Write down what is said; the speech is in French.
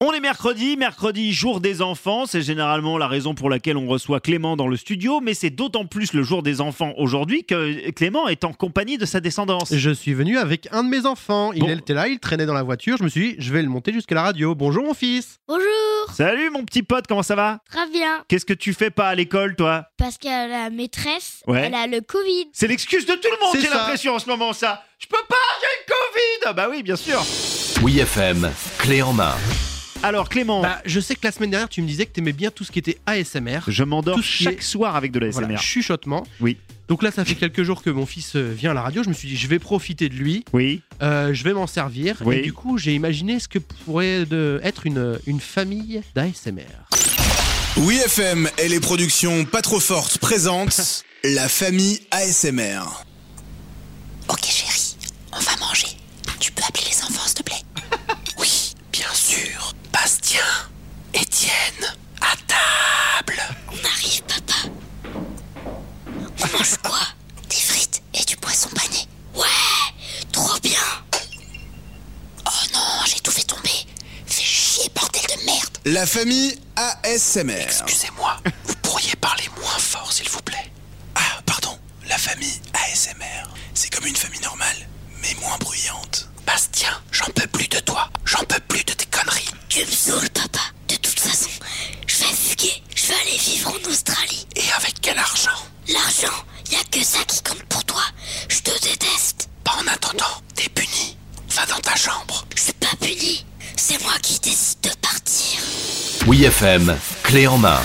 On est mercredi, mercredi jour des enfants, c'est généralement la raison pour laquelle on reçoit Clément dans le studio, mais c'est d'autant plus le jour des enfants aujourd'hui que Clément est en compagnie de sa descendance. Je suis venu avec un de mes enfants. Il Bon. était là, il traînait dans la voiture. Je me suis dit, je vais le monter jusqu'à la radio. Bonjour mon fils. Bonjour, Salut mon petit pote, comment ça va très bien. Qu'est-ce que tu fais pas à l'école toi Parce que la maîtresse, Ouais. elle a le Covid. C'est l'excuse de tout le monde, C'est j'ai ça. l'impression en ce moment ça. Je peux pas, j'ai le Covid Ah Bah oui, bien sûr. Oui FM, clé en main. Alors Clément, Bah, je sais que la semaine dernière, tu me disais que t'aimais bien tout ce qui était ASMR. je m'endors tout ce qui chaque est- soir avec de la Voilà, SMR. chuchotement. Oui. Donc là, ça fait quelques jours que mon fils euh, vient à la radio. Je me suis dit, je vais profiter de lui, Oui, euh, je vais m'en servir. Oui. Et du coup, j'ai imaginé ce que pourrait de- être une, une famille d'ASMR. Oui FM et les productions pas trop fortes présentent la famille ASMR. Ok chérie, on va manger. Tu peux appeler les enfants s'il te plaît Oui, bien sûr. Bastien, Étienne, à table. On arrive papa. On mange quoi Des frites et du poisson pané. Ouais, trop bien. Oh non, j'ai tout fait tomber. Fais chier bordel de merde. La famille ASMR. Excusez-moi, vous pourriez parler moins fort s'il vous plaît. Ah, pardon, la famille ASMR. C'est comme une famille normale, mais moins bruyante. Bastien, j'en peux plus de toi. J'en peux plus de tes conneries. Tu me saoules, papa. De toute façon, je vais fuguer. Je vais aller vivre en Australie. Et avec quel argent L'argent, y a que ça qui compte pour toi. Je te déteste. Pas en attendant, t'es puni. Va dans ta chambre. Je suis pas puni. C'est moi qui décide de partir. Oui FM, clé en main.